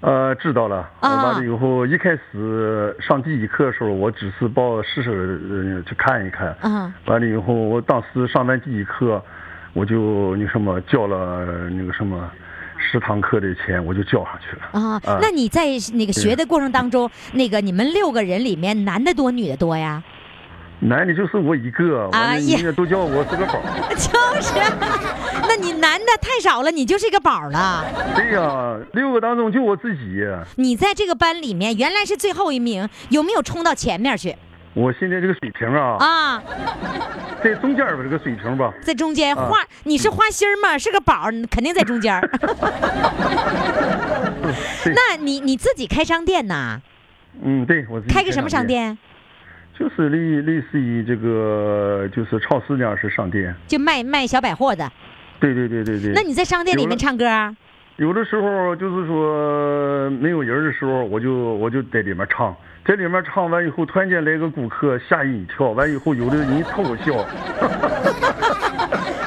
S8: 呃，知道了。
S3: 啊
S8: 完了以后，一开始上第一课的时候，我只是报试试、呃、去看一看。
S3: 嗯
S8: 完了以后，我当时上完第一课，我就那什么交了那个什么十堂课的钱，我就交上去了。
S3: 啊，那你在那个学的过程当中，那个你们六个人里面，男的多，女的多呀？
S8: 男的就是我一个，完了
S3: 哎呀
S8: 人家都叫我是个宝。
S3: 就是，那你男的太少了，你就是一个宝了。
S8: 对呀、六个当中就我自己，
S3: 你在这个班里面原来是最后一名，有没有冲到前面去
S8: 我现在这个水平啊，
S3: 啊？
S8: 在中间吧，这个水平吧。
S3: 在中间花，你是花心儿吗？是个宝儿， 你肯定在中间儿。那你你自己开商店呐？
S8: 嗯，对我自己
S3: 开个什么商
S8: 商？
S3: 店？
S8: 就是类类似于这个就是超市那样式商店。
S3: 就卖卖小百货的。
S8: 对对对对对。
S3: 那你在商店里面唱歌啊？
S8: 有的时候就是说没有人的时候，我就我就在里面唱，在里面唱完以后，突然间来个顾客，吓一跳，完以后有的人冲我笑，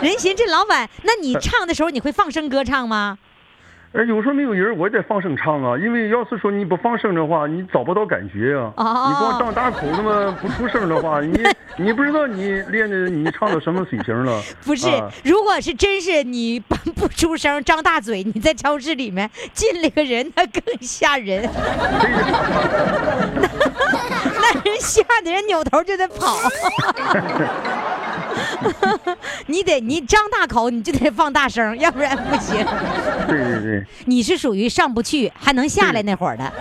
S3: 人寻这老板，那你唱的时候你会放声歌唱吗？
S8: 而哎有时候没有人，我也得放声唱啊，因为要是说你不放声的话，你找不到感觉啊，
S3: 哦
S8: 你光张大口那么不出声的话， 你你不知道你练的你唱到什么水平了，
S3: 不是
S8: 啊，
S3: 如果是真是你不 不出声，张大嘴，你在超市里面进了个人，那更吓人。 那人吓得人扭头就得跑。 你得你张大口，你就得放大声，要不然不行。
S8: 对对对。
S3: 你是属于上不去还能下来那会儿的。
S8: 呃，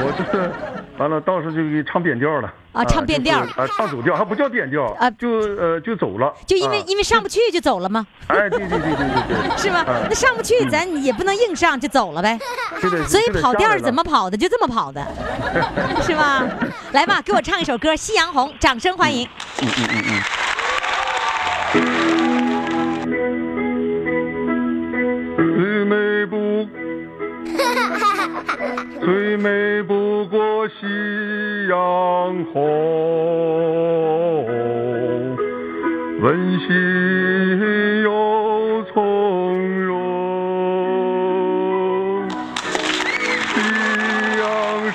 S8: 我就是完了，到时候就给唱变调了。
S3: 啊唱变调
S8: 啊、就是呃唱走调，还不叫变调
S3: 啊
S8: 就呃就走了。
S3: 就因为、
S8: 啊
S3: 因为上不去就走了吗？
S8: 哎，对对对对对 对，
S3: 是吗？
S8: 啊
S3: 那上不去，咱也不能硬上就走了呗。
S8: 是的，
S3: 所以
S8: 是的
S3: 跑调儿
S8: 下来了
S3: 怎么跑的？就这么跑 的，是吧？来吧，给我唱一首歌《夕阳红》，掌声欢迎。
S8: 最美 不，最美不过夕阳红，温馨又从容。夕阳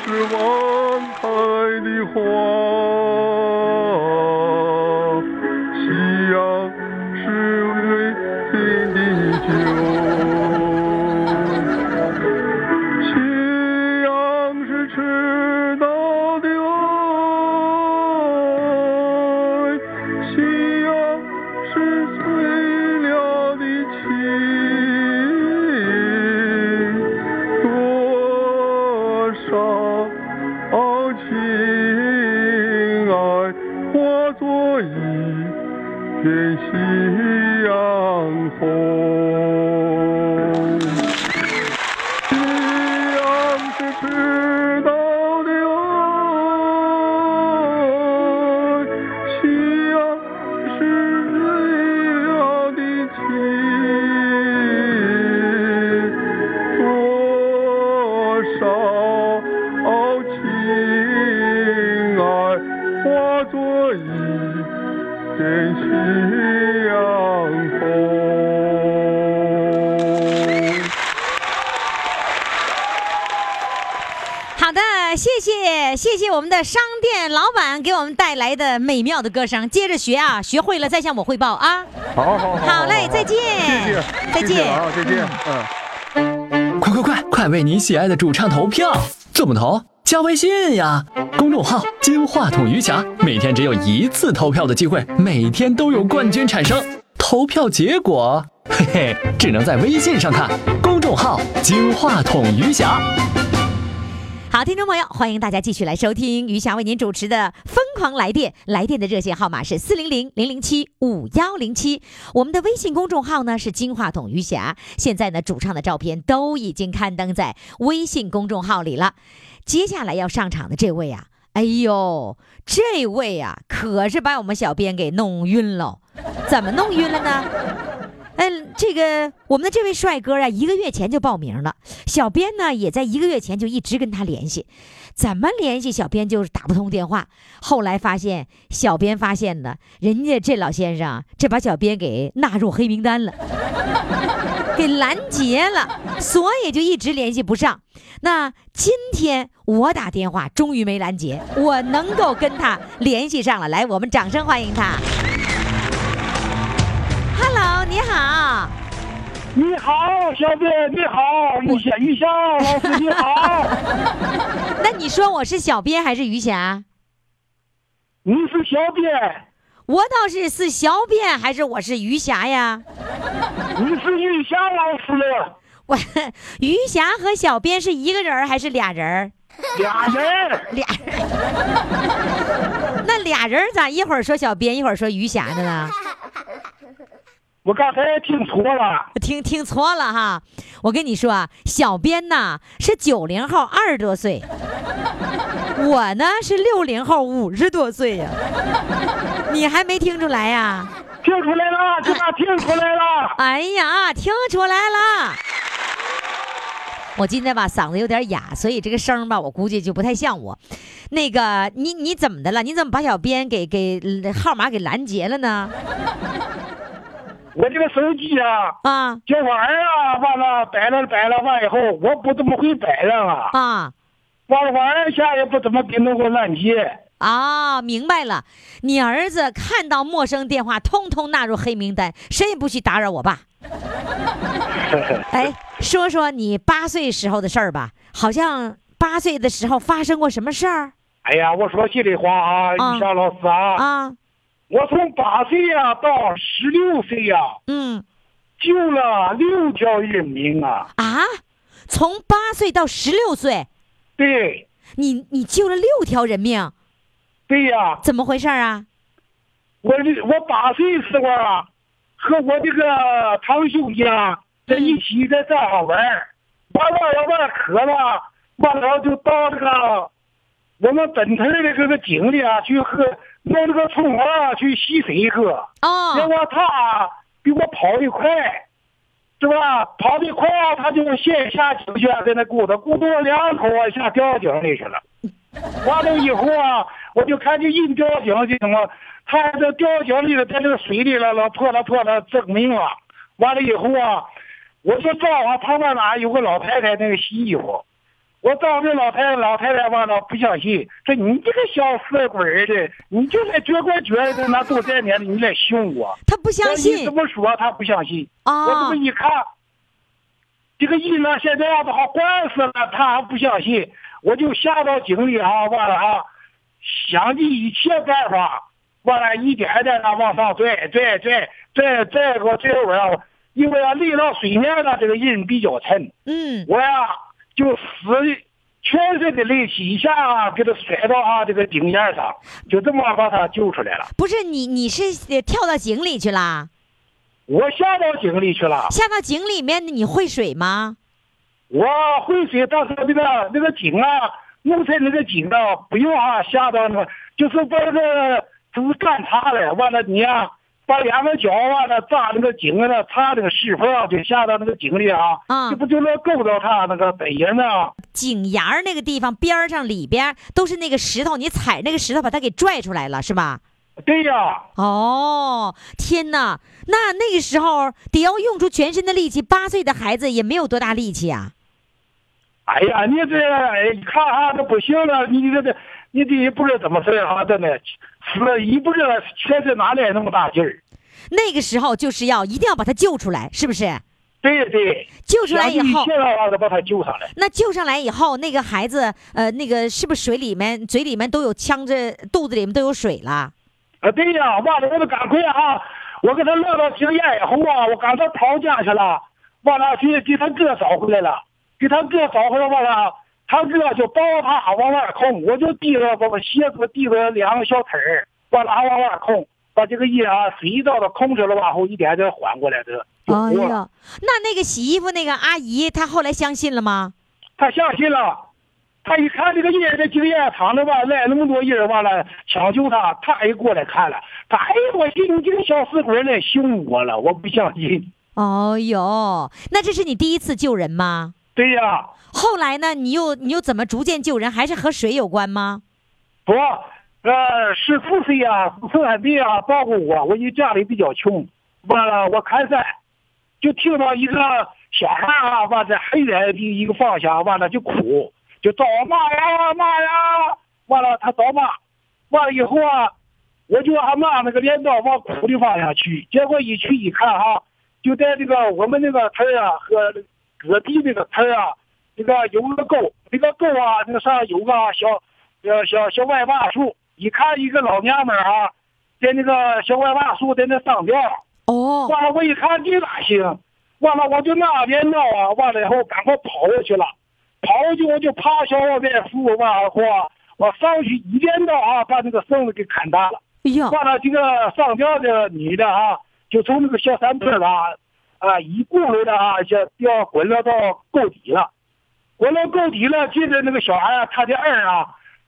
S8: 是晚开的花，夕阳是为天的酒，夕阳是迟到的爱，夕阳是醉了的情。多少情爱化作一片夕阳红。夕阳是迟到的爱，夕阳是最好的情。多少情爱化作一片夕阳红。
S3: 好的，谢谢谢谢我们的商店老板给我们带来的美妙的歌声，接着学啊，学会了再向我汇报啊。
S8: 好好好，
S3: 好嘞，再见，
S8: 谢谢，
S3: 再
S8: 谢谢
S3: 见。
S8: 啊，再见，嗯。
S1: 快快快，快为你喜爱的主唱投票！怎么投？加微信呀，公众号“金话筒余霞”，每天只有一次投票的机会，每天都有冠军产生。投票结果，嘿嘿，只能在微信上看。公众号“金话筒余霞”。
S3: 好，听众朋友，欢迎大家继续来收听余霞为您主持的《疯狂来电》，来电的热线号码是四零零零零七五幺零七，我们的微信公众号呢是金话筒余霞。现在呢，主唱的照片都已经刊登在微信公众号里了。接下来要上场的这位啊，哎呦，这位啊，可是把我们小编给弄晕了，怎么弄晕了呢？嗯，这个我们的这位帅哥啊，一个月前就报名了，小编呢也在一个月前就一直跟他联系，怎么联系小编就是打不通电话。后来发现，小编发现呢，人家这老先生啊这把小编给纳入黑名单了， 给拦截了，所以就一直联系不上。那今天我打电话终于没拦截，我能够跟他联系上了。来，我们掌声欢迎他。Hello，你好。
S5: 你好，小编，你好，一下一下，老师你好，
S3: 那你说我是小编还是余霞？
S5: 你是小编，
S3: 我倒是是小编还是我是余霞呀？
S5: 你是玉霞老师，
S3: 我 余霞和小编是一个人儿还是俩人儿？
S5: 俩人，
S3: 俩人儿。那俩人儿咋一会儿说小编一会儿说余霞的呢？
S5: 我刚才听错了，
S3: 听听错了哈！我跟你说啊，小编呐是九零后，二十多岁，我呢是六零后，五十多岁呀、你还没听出来呀、
S5: 听出来了，这下听出来了。
S3: 哎呀，听出来了。我今天吧嗓子有点哑，所以这个声儿吧，我估计就不太像我。那个，你你怎么的了？你怎么把小编给给呃号码给拦截了呢？
S5: 我这个手机啊，
S3: 啊
S5: 这玩意儿啊，完了摆了摆了，完以后我不怎么会摆了啊，
S3: 啊
S5: 完了玩意儿下也不怎么给弄个烂接。
S3: 啊！明白了，你儿子看到陌生电话，通通纳入黑名单，谁也不许打扰我爸。哎，说说你八岁时候的事儿吧，好像八岁的时候发生过什么事儿
S5: 哎呀，我说心里话啊，
S3: 啊
S5: 玉霞老师啊，
S3: 啊？
S5: 我从八岁呀、到十六岁呀、
S3: 嗯
S5: 救了六条人命啊！
S3: 啊，从八岁到十六岁，
S5: 对，
S3: 你你救了六条人命，
S5: 对呀、
S3: 怎么回事儿啊？
S5: 我这我八岁时候啊，和我这个堂兄弟啊在一起在山上玩儿，玩玩玩玩渴了，完了就到这个我们本村的这个井里啊去喝，弄这个葱花啊去吸水喝。结
S3: 哦
S5: 果他啊比我跑得快，是吧？跑得快啊，他就先下井去，在那咕嘟咕嘟两口啊，下掉井里去了。完了以后啊，我就看见一掉井这种啊，他这掉井里了，在这个水里了，老破了破了，这个命啊！完了以后啊，我就正好旁边哪有个老太太那个洗衣服，我照这老太太，老太太完了不相信，说你这个小死鬼儿的，你就在撅怪撅的，那都这年了，你来凶我。
S3: 他不相
S5: 你
S3: 信
S5: 怎么说他不相信？我这
S3: 啊
S5: 么一看，这个伊朗现在都好官司了，他还不相信，我就下到井里啊，完了啊，想尽一切办法，完了，一点点的往上拽，拽，拽，拽，拽过最后啊，因为啊，累到水面了，这个人比较沉，
S3: 嗯
S5: 我呀就使全身的力气一下啊，给他甩到啊这个井沿上，就这么把他救出来了。
S3: 不是你你是呃跳到井里去啦？
S5: 我下到井里去了。
S3: 下到井里面你会水吗？
S5: 我会水，但是那个那个井啊，木村那个井啊，不用啊，下到那，就是把那个就是干擦了，完了你啊，把两个脚完了扎那个井啊，那擦那个石缝啊，就下到那个井里啊，
S3: 啊
S5: 这不就能够到他那个本啊人呢？
S3: 井沿儿那个地方边儿上里边儿都是那个石头，你踩那个石头把它给拽出来了是吧？
S5: 对呀、
S3: 哦，天哪！那那个时候得要用出全身的力气，八岁的孩子也没有多大力气啊。
S5: 哎呀，你这哎，你看啊，这不行了，你这这，你这不知道怎么事儿啊，真的，是一不知道全身哪来那么大劲儿？
S3: 那个时候就是要一定要把他救出来，是不是？
S5: 对对，
S3: 救出来以
S5: 想尽
S3: 后
S5: 一，切办法的把他救上来。
S3: 那救上来以后，那个孩子，呃，那个是不是水里面、嘴里面都有呛着，肚子里面都有水了？
S5: 啊，对呀、完了，我得赶快啊！我给他乐到经验以后啊，我赶他跑家去了，完了去给他哥找回来了，给他哥找回来完了，他哥就抱着他往外控，我就提着把我鞋子提着两个小腿儿，完了还往外控，把这个一啊水到了控制了往后一点点缓过来的。就
S3: 哎
S5: 活了
S3: 呀，那那个洗衣服那个阿姨，她后来相信了吗？
S5: 他相信了。他一看这个人在经验厂子吧，来那么多人，完了抢救他，他也过来看了。他哎呀，我寻思你这个小死鬼来凶我了，我不相信。
S3: 哦呦，那这是你第一次救人吗？
S5: 对呀、
S3: 后来呢？你又你又怎么逐渐救人？还是和水有关吗？
S5: 不，呃，十四岁啊，生产队啊照顾我，我因为家里比较穷，完了我看山，就听到一个小孩啊，完了黑人的一个方向，完了就哭，就找骂呀骂呀，完了他找骂，完了以后啊，我就俺妈那个镰刀往哭的方向去，结果一去一看哈、就在这个我们那个村儿啊和隔壁那个村儿啊，那个有个沟，那个沟啊，那个上有个小小小小外坝树，一看一个老娘们儿啊，在那个小外坝树在那上吊，
S3: 哦，
S5: 完了我一看这哪行，完了我就拿镰刀啊，完了以后赶快跑过去了，跑过去我就趴小外边树完了后啊，我上去一镰刀啊，把那个绳子给砍断了。
S3: 哎呀，
S5: 完了，这个上吊的女的啊，就从那个小山坡啊，啊一过来的啊，就掉滚落到沟底了，滚到沟底了。接着那个小孩啊，他的二啊，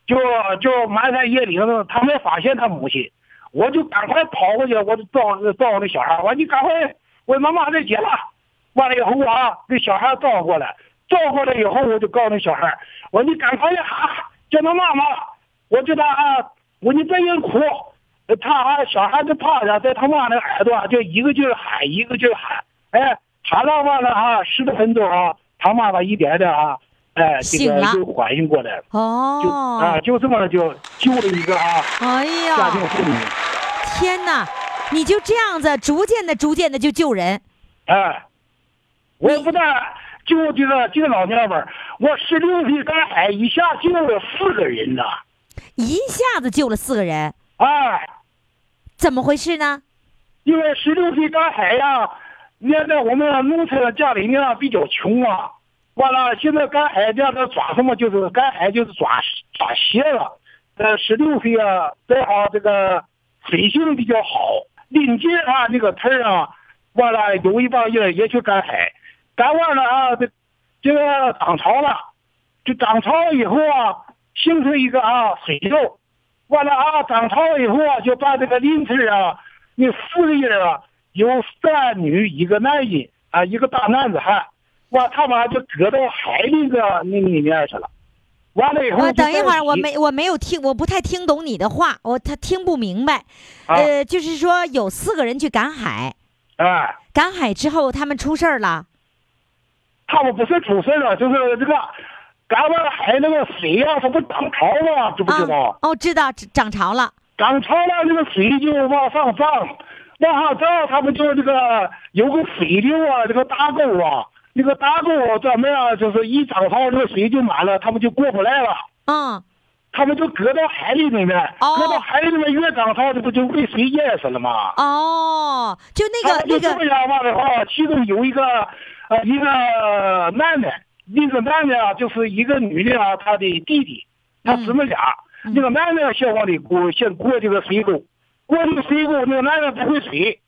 S5: 就就埋在椰林子，他没发现他母亲，我就赶快跑过去，我就找找那小孩，我说你赶快，我妈妈在接了。完了以后啊，那小孩照过来，照过来以后，我就告诉那小孩，我说你赶快呀，叫他妈妈，我叫他啊，我说你别人哭，他啊，小孩就趴下，在他妈那耳朵啊就一个劲儿喊，一个劲儿喊，哎，喊到完了啊，十多分钟啊，他妈妈一点点啊，哎，这
S3: 醒
S5: 个
S3: 了
S5: 就缓醒过来了。就啊，
S3: 哦，
S5: 就这么就救了一个啊
S3: 哎
S5: 家庭
S3: 呀，
S5: 妇女，
S3: 天哪！你就这样子，逐渐的、逐渐的就救人，
S5: 哎，我不但救这个这个老娘们儿，我十六岁赶海一下救了四个人呐，
S3: 一下子救了四个人，
S5: 哎，
S3: 怎么回事呢？
S5: 因为十六岁赶海呀，现在我们农村家里面比较穷啊，完了现在赶海这样的抓什么就是赶海就是抓抓鞋了，呃，十六岁啊，再好这个水性比较好，临近啊那个村儿啊，完了有一帮人也去赶海，赶完了啊，这这个涨潮了，就涨潮以后啊，形成一个啊水流，完了啊，涨潮以后啊，就把这个邻村啊，那四个人啊，有三女一个男人啊，一个大男子汉，完他们就搁到海那个那里面去了。完了以后就
S3: 我
S5: 在起，
S3: 啊等一会儿，我没我没有听，我不太听懂你的话，我他听不明白。
S5: 啊
S3: 呃，就是说有四个人去赶海，
S5: 哎，
S3: 赶海之后他们出事儿了。
S5: 他们不是出事了，就是这个赶完海那个水呀、它不涨潮了，知不知道？
S3: 啊、哦，知道涨涨潮了。
S5: 涨潮了，这个水就往上涨，往上涨，他们就这个有个水流啊，这个大沟啊，那个大沟啊专门啊，就是一涨潮，这个水就满了，他们就过不来了，
S3: 嗯，
S5: 他们就搁到海里面，
S3: 哦
S5: 搁到海里面越涨潮，这不就被水淹死了吗？
S3: 哦，就那
S5: 他
S3: 个
S5: 们
S3: 那
S5: 啊就这么
S3: 个，
S5: 样嘛的话，其中有一个呃一个男的，那个男的啊，就是一个女的啊，她的弟弟，他
S3: 嗯
S5: 姊妹俩，那个男的先往里过，先过这个水沟，过这个水沟，那个男的不会水，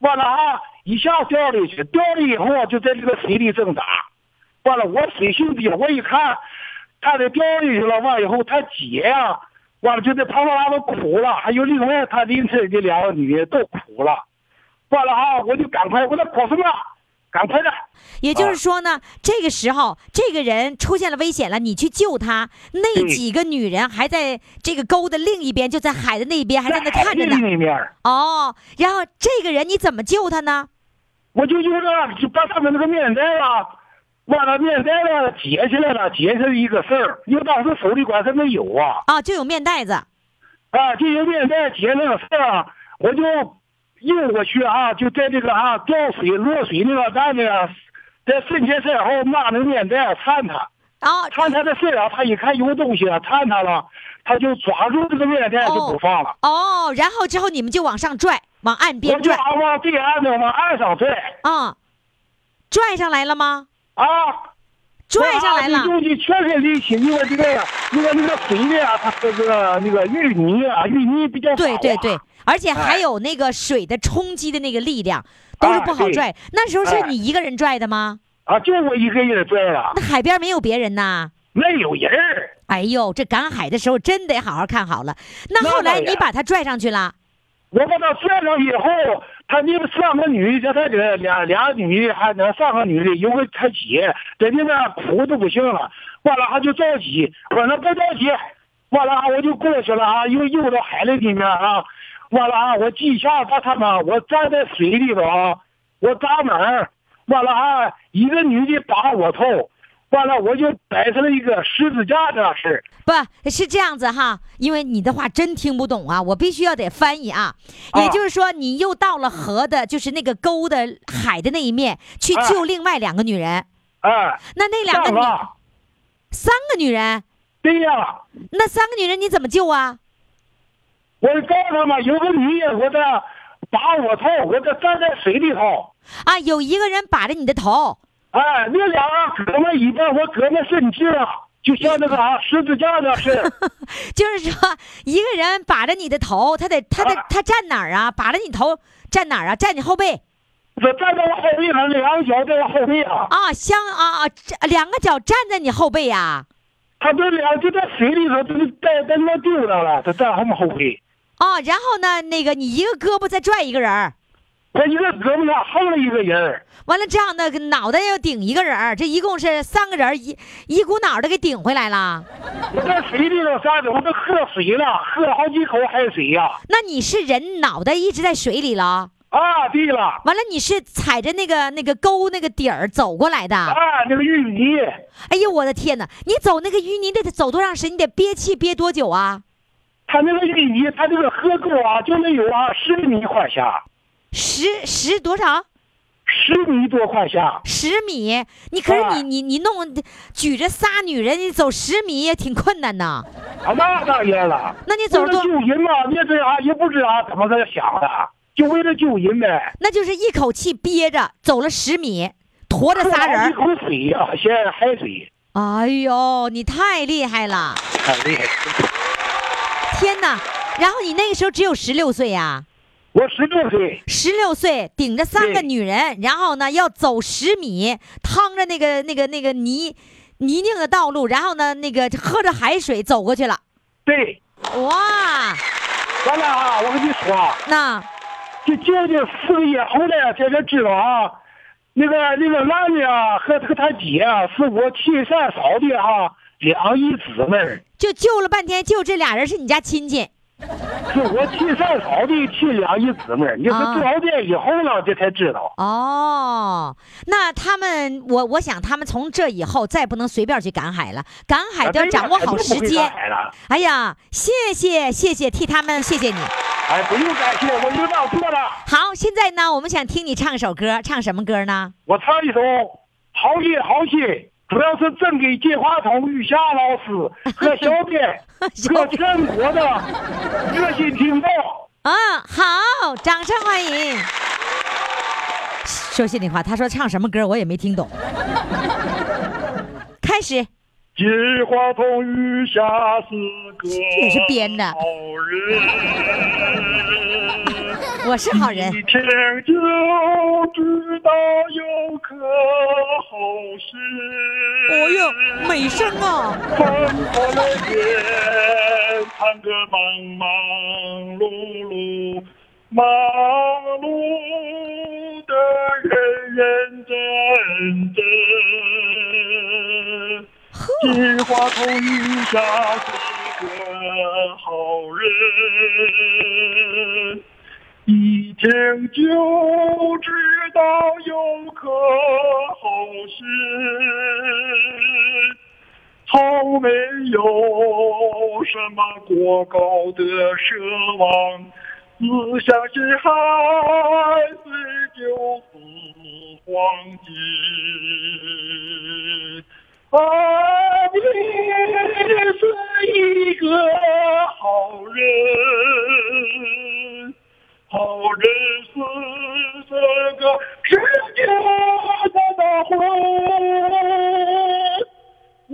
S5: 完了啊，一下掉里去，掉了以后啊，就在这个水里挣扎，完了我水性低，我一看，他这掉里去了，完以后他姐呀、完了就在旁边他都哭了，还有另外他邻村的两个女的都哭了。完了啊，我就赶快，我说跑什么？赶快的！
S3: 也就是说呢，这个时候这个人出现了危险了，你去救他，那
S5: 对
S3: 几个女人还在这个沟的另一边，就在海的那一边，还在那
S5: 海
S3: 看着
S5: 里
S3: 呢。
S5: 那面，
S3: 哦，然后这个人你怎么救他呢？
S5: 我就用那就把他们那个面袋啊，把那面袋啊解下来了，解下来一个事儿，因为当时手里管他没有啊，
S3: 啊，就有面袋子。
S5: 啊，这些面袋解那个事儿啊，我就诱过去啊，就在这个啊掉水落水那个男的啊，在瞬间身后拿那个面袋啊缠他，
S3: 哦，
S5: 缠他的事儿啊，他一看有东西啊缠他了，他就抓住这个面袋就不放了。
S3: 哦，然后之后你们就往上拽，往岸
S5: 我
S3: 边
S5: 就
S3: 拽，
S5: 俺往对岸的往岸上拽
S3: 啊、拽上来了吗？
S5: 啊，
S3: 拽上来了
S5: 这。东西全身力气，因为这个那个那个水的啊，它是这个那个淤泥啊，淤泥比较少啊
S3: 对对对，而且
S5: 哎
S3: 还有那个水的冲击的那个力量，都是不好
S5: 哎
S3: 拽。那时候是
S5: 哎
S3: 你一个人拽的吗？
S5: 啊，就我一个人拽了，
S3: 那海边没有别人呐。
S5: 没有人儿
S3: 哎呦，这赶海的时候真得好好看好了。那
S5: 那
S3: 后来
S5: 当然
S3: 你把他拽上去了，
S5: 我把他拽上以后，他那个三个女的，他这俩俩女的，还那三个女的，有个他姐在那边哭都不行了，完了他就着急，我说不着急，完了我就过去了啊，又游到海里里面啊，完了啊，我几下把他们，我站在水里头啊，我扎门儿，完了啊，一个女的把我头，完了我就摆成了一个十字架这样式儿。
S3: 不是这样子哈？因为你的话真听不懂啊，我必须要得翻译啊。也
S5: 啊
S3: 就是说，你又到了河的，就是那个沟的海的那一面去
S5: 哎
S3: 救另外两个女人。
S5: 哎，
S3: 那那两个
S5: 上
S3: 女，
S5: 吧，
S3: 三个女人，
S5: 对呀。
S3: 那三个女人你怎么救啊？
S5: 我告诉他们，有个女的，我这把我头，我这站在水里头，
S3: 啊，有一个人把着你的头，
S5: 哎，那俩胳膊一边，我胳膊伸直了，就像那个啥、十字架那是，
S3: 就是说一个人把着你的头，他得他得
S5: 啊
S3: 他站哪儿啊？把着你头站哪儿啊？站你后背
S5: 我站在我后背啊上，两个脚在我后背上，
S3: 啊，相啊啊，这两个脚站在你后背呀、
S5: 他这俩就在水里头，就是在在那丢上了，他在后面后背，
S3: 啊、然后呢，那个你一个胳膊再拽一个人儿，
S5: 他一个胳膊上横了一个人儿，
S3: 完了这样的脑袋要顶一个人儿，这一共是三个人儿一一股脑的给顶回来了。
S5: 我在水里头啥的，我都喝水了，喝了好几口海水呀、
S3: 那你是人脑袋一直在水里了，
S5: 啊，对了，
S3: 完了你是踩着那个那个沟那个底儿走过来的。
S5: 啊，那个淤泥，
S3: 哎呦我的天哪！你走那个淤泥得走多长时间？你得憋气憋多久啊？
S5: 他那个淤泥，他这个河沟啊，就能有啊十米宽下，
S3: 十十多少？
S5: 十米多宽下，
S3: 十米？你可是你
S5: 哎
S3: 你你弄举着仨女人，你走十米也挺困难呐。
S5: 啊，那当然了。
S3: 那你走
S5: 为
S3: 着
S5: 了
S3: 多，
S5: 救人嘛，也这啊，也不知啊怎么在想的，就为了救人呗。
S3: 那就是一口气憋着走了十米，驮着仨人儿。
S5: 一口水呀、先海水，
S3: 哎呦，你太厉害了！
S5: 太厉害了。
S3: 天哪！然后你那个时候只有十六岁呀、
S5: 我十六岁，
S3: 十六岁顶着三个
S5: 对
S3: 女人，然后呢要走十米，趟着那个那个那个泥泥泞的道路，然后呢那个喝着海水走过去了。
S5: 对，
S3: 哇，
S5: 完了啊，我跟你说啊，
S3: 那
S5: 就将近四个月后来才才知道啊，那个那个男的啊和和他姐啊是我亲三嫂的啊两姨姊妹儿，
S3: 就救了半天，就这俩人是你家亲戚。
S5: 是我亲三嫂的亲两姨姊妹儿。你说
S3: 啊
S5: 多少年以后了，这才知道。
S3: 哦，那他们，我我想他们从这以后再不能随便去赶海了，赶
S5: 啊
S3: 海哎都要掌握好时间。
S5: 了。
S3: 哎呀，谢谢谢谢，替他们谢谢你。
S5: 哎，不用感谢，我就这样做了。
S3: 好，现在呢，我们想听你唱首歌，唱什么歌呢？
S5: 我唱一首《豪气豪气》，主要是赠给金话筒玉霞老师和小 编
S3: 小
S5: 和
S3: 编
S5: 全国的热心听众。
S3: 啊，好，掌声欢迎。说心里话，他说唱什么歌我也没听懂。开始，
S5: 金话筒玉霞是个
S3: 这也是编的
S5: 好人。
S3: 我是好人
S5: 一。听就知道有颗好心。
S3: 哦呦，美声啊！
S5: 奔波了夜，唱歌忙忙碌碌，忙碌的人认真真。 金花筒雨下是个好人，一听就知道有颗好心。从没有什么过高的奢望，只相信海水就是黄金。啊，你是一个好人，好人是这个世界的大魂。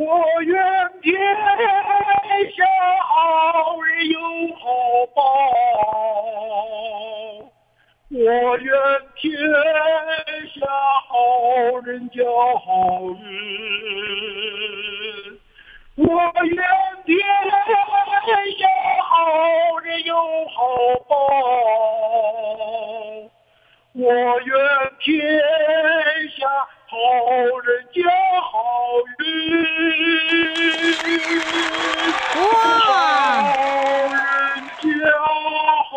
S5: 我愿天下好人有好报，我愿天下好人交好运，我愿天下好人有好报。我愿天下好人交好运，好
S3: 哇，
S5: 人交好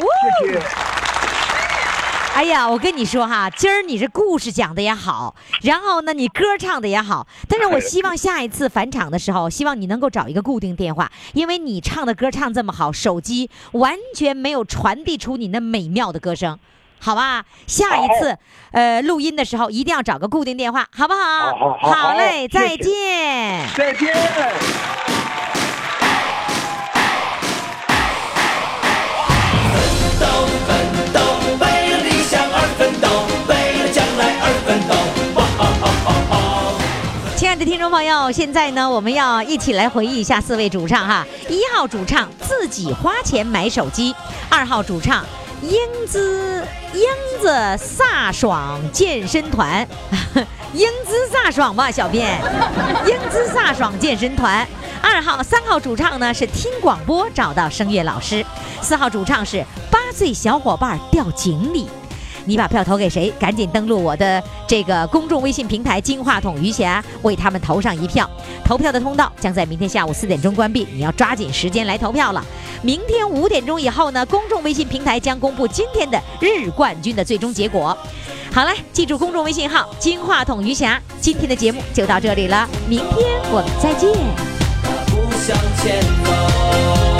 S5: 运。
S3: 谢谢。哎呀，我跟你说哈，今儿你这故事讲的也好，然后呢，你歌唱的也好，但是我希望下一次返场的时候，希望你能够找一个固定电话，因为你唱的歌唱这么好，手机完全没有传递出你那美妙的歌声，好吧？下一次，呃，录音的时候一定要找个固定电话，好不好？
S5: 好好好好
S3: 嘞，
S5: 谢谢
S3: 再见。
S5: 再见。
S4: 奋斗，奋斗，为了理想而奋斗，为了将来而奋斗。
S3: 亲爱的听众朋友，现在呢，我们要一起来回忆一下四位主唱哈。一号主唱自己花钱买手机，二号主唱英姿英子飒爽健身团， 英姿飒爽吧，小编，英姿飒爽健身团。二号、三号主唱呢是听广播找到声乐老师，四号主唱是八岁小伙伴掉井里。你把票投给谁？赶紧登录我的这个公众微信平台“金话筒余霞”，为他们投上一票。投票的通道将在明天下午四点钟关闭，你要抓紧时间来投票了。明天五点钟以后呢，公众微信平台将公布今天的日冠军的最终结果。好了，记住公众微信号“金话筒余霞”。今天的节目就到这里了，明天我们再见。
S4: 不向前走。